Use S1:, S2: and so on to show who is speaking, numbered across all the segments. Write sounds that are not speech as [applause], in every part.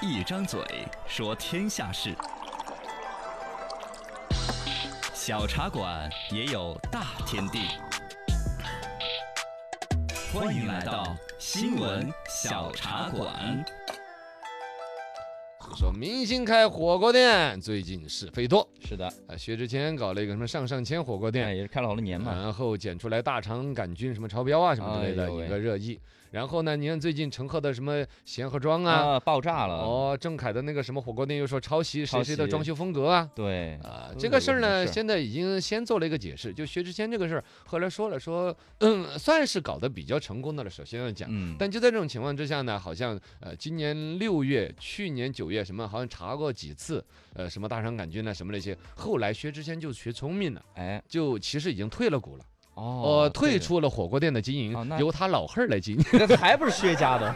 S1: 一张嘴说天下事，小茶馆也有大天地。欢迎来到新闻小茶
S2: [laughs]
S1: 馆。
S3: 说明星开火锅店，最近是非多
S2: 是的，
S3: 啊。薛之谦搞了一个什么上上签火锅
S2: 哎，
S3: 店，
S2: 也是开了好多年嘛。
S3: 然后检出来大肠杆菌什么超标啊什么之类
S2: 哎
S3: 的
S2: 呦喂
S3: 一个热议。然后呢，你看最近陈赫的什么贤和庄啊，
S2: 啊，爆炸了。，
S3: 哦，郑恺的那个什么火锅店又说抄袭谁
S2: 抄
S3: 谁的
S2: 袭
S3: 装修风格啊。
S2: 对，
S3: 啊，
S2: 都
S3: 这
S2: 有
S3: 个事儿
S2: 这种
S3: 呢，
S2: 事儿
S3: 现在已经先做了一个解释，就薛之谦这个事儿，后来说了说，嗯，算是搞得比较成功的了。首先要讲，
S2: 嗯，
S3: 但就在这种情况之下呢，好像呃，今年六月、去年九月什么，好像查过几次，呃，什么大肠杆菌呐、什么那些。后来薛之谦就学聪明了，
S2: 哎，
S3: 就其实已经退了股了，
S2: 哦，
S3: 呃，退
S2: 对，
S3: 出了火锅店的经
S2: 哦
S3: 营，
S2: 那
S3: 由他老汉儿
S2: [laughs]
S3: 来经营
S2: 那还不是薛家的？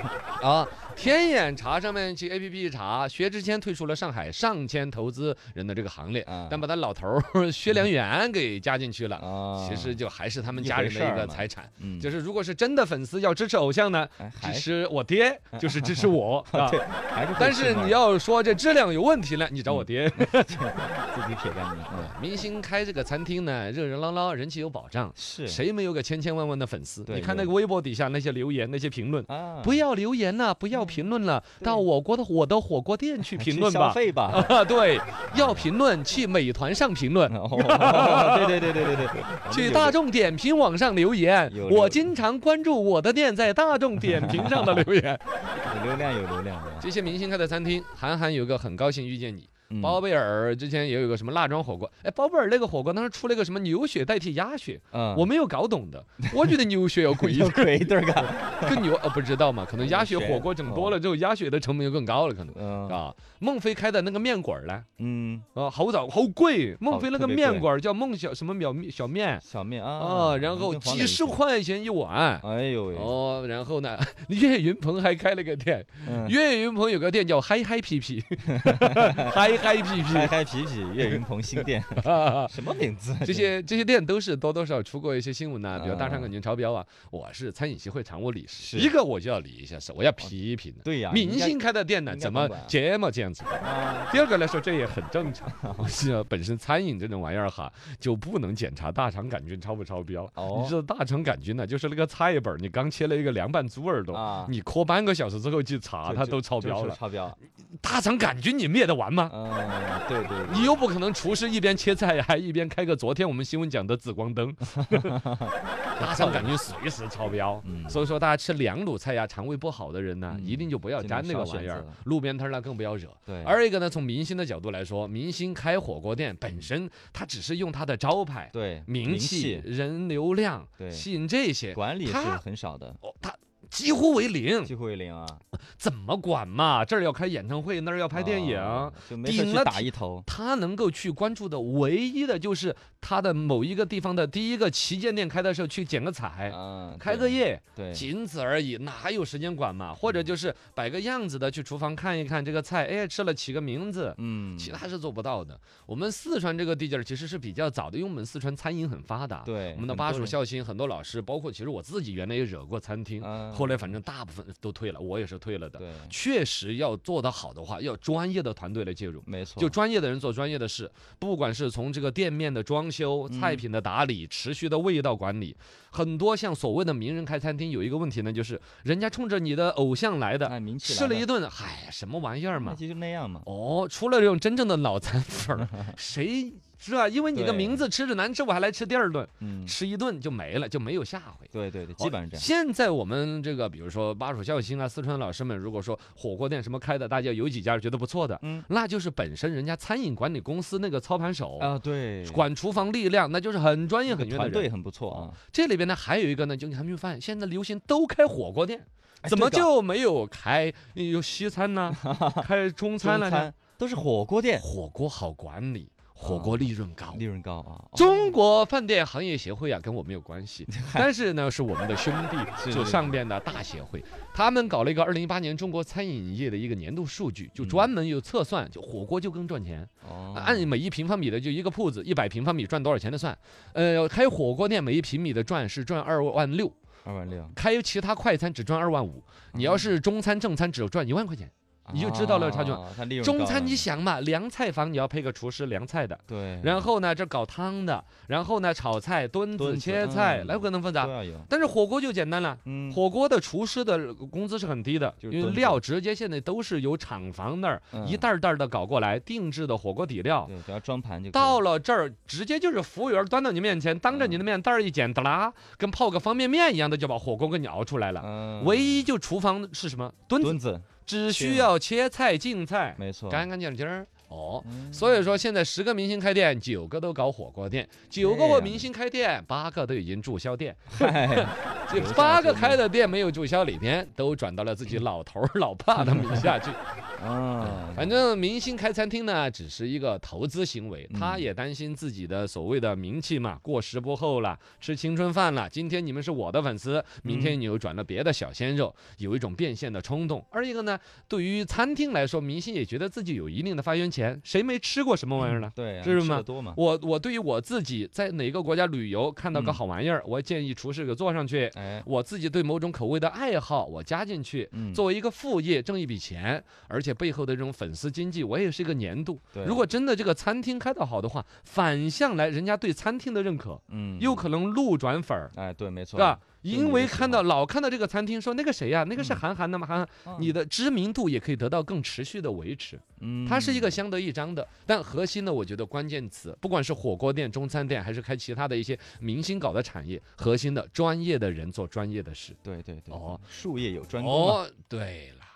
S3: 啊。天眼查上面去 A P P 一查，薛之谦退出了上海上千投资人的这个行列，
S2: 啊
S3: 但把他老头儿薛良元给加进去了。
S2: 啊，
S3: 其实，就还是他们
S2: 一
S3: 家
S2: 回
S3: 人的
S2: 事
S3: 一
S2: 儿
S3: 个
S2: 嘛
S3: 财产，
S2: 嗯，，
S3: 就是是如果是真的粉丝要支持偶像呢，
S2: 哎还
S3: 支
S2: 是，
S3: 持我爹，就是支持我啊。
S2: 对，还是会
S3: 但
S2: 吃
S3: 是
S2: 那儿
S3: 你要说这质量有问题了，你找我爹。 [laughs]
S2: 自己撇干净，嗯，
S3: 明星开这个餐厅呢，热热闹闹，人气有保障，
S2: 是，
S3: 谁没有个千千万万的粉丝？
S2: 对
S3: 你看
S2: 有
S3: 那个微博底下那些留言、那些评论，
S2: 啊，
S3: 不要留言了，不要评论了，到我国的我的火锅店嗯哎去评
S2: 去
S3: 论
S2: 消
S3: 吧。
S2: 费吧。
S3: 啊， [laughs] 对，要评论去美团上评论。
S2: 哦，对对对对对对，我们
S3: [laughs] 去
S2: 有
S3: 大
S2: 个
S3: 众点评网上留言
S2: 有，
S3: 我
S2: 留
S3: 经常关注我的店在大众点评上的留 [laughs] 言。
S2: 有流量有流量
S3: [laughs]
S2: 的，
S3: 这些明星开的餐厅，韩寒有一个很高兴遇见你，
S2: 嗯
S3: 包贝尔之前也有个什么辣庄火锅，哎，包贝尔那个火锅当时出了个什么牛血代替鸭血，
S2: 嗯，
S3: 我没有搞懂的，我觉得牛血要贵一
S2: [laughs]
S3: 点，
S2: 鬼对儿干，
S3: 更牛哦，不知道嘛，可能鸭血
S2: 牛血
S3: 火锅整多了之后，鸭血的成本就更高了，可能
S2: 嗯
S3: 啊。孟非开的那个面馆儿呢，
S2: 嗯，
S3: 啊，好早好贵，孟非那个
S2: 特别
S3: 面
S2: 贵
S3: 馆儿叫孟小什么秒小面
S2: 小面啊
S3: 啊，然后
S2: 跟黄
S3: 几
S2: 磊
S3: 十
S2: 一起
S3: 块钱一碗。
S2: 哎呦喂，
S3: 哦，然后呢？ [laughs] 岳云鹏还开了个店，
S2: 嗯
S3: 岳云鹏有个店叫嗨嗨皮
S2: [laughs]
S3: 皮，嗨嗨皮皮
S2: 嗨，嗨皮皮岳云鹏新
S3: [laughs]
S2: 店
S3: 啊
S2: 什么名字啊？
S3: [laughs] 这些这些店都是多多少少出过一些新闻呐、比如大肠
S2: 啊
S3: 杆菌超标啊。我是餐饮协会常务理事，
S2: 是
S3: 一个我就要理一下手，我要批评的。
S2: 对呀，
S3: 明
S2: 应该
S3: 星开的店呢，
S2: 应该
S3: 怎么
S2: 管管啊
S3: 这么这样子？
S2: 啊，
S3: 第二个来说，这也很正
S2: [laughs]
S3: 常。是啊，本身餐饮这种玩意儿哈，就不能检查大肠杆菌超不超标。
S2: 哦
S3: 你知道大肠杆菌呢，就是那个菜本儿，你刚切了一个凉拌猪耳朵，
S2: 啊
S3: 你磕半个小时之后去查，
S2: 就
S3: 它
S2: 就
S3: 都超
S2: 就
S3: 标
S2: 是
S3: 了。
S2: 超标，
S3: 大肠杆菌你灭得完吗？
S2: 嗯，对对，对
S3: 你又不可能厨师一边切菜还一边开个昨天我们新闻讲的紫
S2: [laughs]
S3: 光灯，大肠杆菌随时超标。
S2: 嗯，
S3: 所以说，大家吃凉卤菜呀、肠胃不好的人呢，
S2: 嗯
S3: 一定就不要沾那个玩意
S2: 尽量少
S3: 儿
S2: 选择，
S3: 路边摊儿呢更不要惹。
S2: 对，
S3: 而一个呢，从明星的角度来说，明星开火锅店本身，他只是用他的招牌、
S2: 对
S3: 名气、人流量
S2: 对
S3: 吸引这些，
S2: 管理是
S3: 他
S2: 很少的，
S3: 哦，他几乎为零，
S2: 机会零啊，
S3: 怎么管嘛？这儿要开演唱会，那儿要拍电影，
S2: 啊就没事
S3: 顶
S2: 去
S3: 了
S2: 打
S3: 几
S2: 一头，
S3: 他能够去关注的唯一的就是他的某一个地方的第一个旗舰店开的时候去捡个彩。
S2: 嗯，
S3: 开
S2: 对
S3: 个，业，
S2: 对，
S3: 仅此而已，哪有时间管嘛？或者就是摆个样子的去厨房看一看这个菜，哎，吃了起个名字，
S2: 嗯，
S3: 其他是做不到的。我们四川这个地界儿其实是比较早的，因为我们四川餐饮很发达，
S2: 对，
S3: 我们的
S2: 很
S3: 巴
S2: 多
S3: 蜀
S2: 人，
S3: 孝心，很多老师，包括其实我自己原来也惹过餐厅，
S2: 嗯，
S3: 后来反正大部分都退了，我也是退了的。
S2: 对，
S3: 确实要做得好的话，要专业的团队来介入。
S2: 没错，
S3: 就专业的人做专业的事，不管是从这个店面的装修、菜
S2: 嗯
S3: 品的打理、持续的味道管理，很多像所谓的名人开餐厅，有一个问题呢，就是人家冲着你的偶像来的，
S2: 哎，名气
S3: 吃
S2: 来
S3: 了一顿，嗨，什么玩意儿
S2: 那
S3: 嘛！
S2: 就那样嘛，
S3: 哦，除了这种真正的脑残
S2: [laughs]
S3: 粉儿，谁是吧？因为你的
S2: 对
S3: 名字吃着难吃，我还来吃第二顿，
S2: 嗯，
S3: 吃一顿就没了，就没有下回。
S2: 对对对，基本上这样，
S3: 现在我们这个，比如说巴蜀孝心啊，四川的老师们，如果说火锅店什么开的，大家有几家觉得不错的，
S2: 嗯
S3: 那就是本身人家餐饮管理公司那个操盘手，
S2: 啊，对，
S3: 管厨房力量，那就是很专业
S2: 这个
S3: 很专业
S2: 团
S3: 的
S2: 队
S3: 人。
S2: 很不错啊，
S3: 这里边呢，还有一个呢，就你还没有发现，现在流行都开火锅店，
S2: 哎
S3: 怎么
S2: 对的
S3: 就没有开有西
S2: [laughs]
S3: 餐呢？开中餐了
S2: 中
S3: 呢？
S2: 餐嗯都是火锅店，
S3: 火锅好管理，火锅利润高
S2: 利。润高啊，哦
S3: 中国饭店行业协会啊，跟我没有关系，
S2: [laughs]
S3: 但是呢，是我们的兄弟，
S2: 是
S3: 就是上边的大协会，他们搞了一个二零一八年中国餐饮业的一个年度数据，就专门有测算，就火锅就更赚钱，
S2: 嗯哦，
S3: 按每一平方米的就一个铺子，一百平方米赚多少钱的算，呃，开火锅店每一平米的赚是赚二万六，
S2: 二万六哦
S3: 开其他快餐只赚二万五，你要是中餐正餐只有赚一万块钱，你就知道了差距嘛
S2: 嗯哦它利润
S3: 中
S2: 高
S3: 餐
S2: 了
S3: 你想嘛，凉菜房你要配个厨师凉菜的，
S2: 对，
S3: 然后呢这搞汤的，然后呢炒菜、墩
S2: 墩
S3: 子、
S2: 子
S3: 切菜，
S2: 嗯
S3: 那可能复
S2: 都
S3: 杂。
S2: 要有，
S3: 但是火锅就简单了。
S2: 嗯，
S3: 火锅的厨师的工资是很低的，
S2: 就是
S3: 因为
S2: 炖
S3: 料直接现在都是由厂房那儿一
S2: 嗯
S3: 袋儿袋儿的搞过来，定制的火锅底料。
S2: 对，只要装盘就可以
S3: 到了这儿，直接就是服务员端到你面前，当着你的面袋儿一剪，哒啦，跟泡个方便面一样的就把火锅给你熬出来了。
S2: 嗯，
S3: 唯一就厨房是什么墩子，
S2: 墩子，
S3: 只
S2: 切
S3: 需要切菜净菜，
S2: 没错，
S3: 干干净净儿。哦，
S2: 嗯
S3: 所以说现在十个明星开店，九个都搞火锅店，九
S2: 这
S3: 个
S2: 样
S3: 明星开店，八个都已经注销店，
S2: 嗨
S3: [laughs]
S2: 哎
S3: 这
S2: 有这样
S3: 八个
S2: 说吗
S3: 开的店没有注销里边，都转到了自己老头儿老爸的名下去。
S2: 啊，
S3: 反正明星开餐厅呢，只是一个投资行为，
S2: 嗯
S3: 他也担心自己的所谓的名气嘛，过时不候了，吃青春饭了。今天你们是我的粉丝，明天你又转了别的小鲜肉，
S2: 嗯
S3: 有一种变现的冲动。二一个呢，对于餐厅来说，明星也觉得自己有一定的发言权，谁没吃过什么玩意儿呢？
S2: 对啊，
S3: 是
S2: 吃
S3: 吗
S2: 的多嘛，
S3: 我我对于我自己在哪个国家旅游看到个
S2: 嗯
S3: 好玩意儿，我建议厨师给做上去。
S2: 哎，
S3: 我自己对某种口味的爱好，我加进去，
S2: 嗯，
S3: 作为一个副业挣一笔钱，而且背后的这种粉丝经济，我也是一个年度。
S2: 对
S3: 如果真的这个餐厅开得好的话，反向来人家对餐厅的认可，
S2: 嗯
S3: 有可能路转粉儿，
S2: 哎，对，没错，
S3: 是吧？
S2: 就你
S3: 因
S2: 的
S3: 为
S2: 喜
S3: 看到老看到这个餐厅，说那个谁呀、那个是
S2: 嗯
S3: 韩寒的嘛，韩寒，
S2: 啊？
S3: 你的知名度也可以得到更持续的维持。
S2: 嗯，
S3: 它是一个相得益彰的，但核心呢，我觉得关键词，不管是火锅店、中餐店，还是开其他的一些明星搞的产业，核心的专业的人做专业的事。
S2: 对对对，
S3: 哦
S2: 对术业有专攻嘛，
S3: 哦，对了，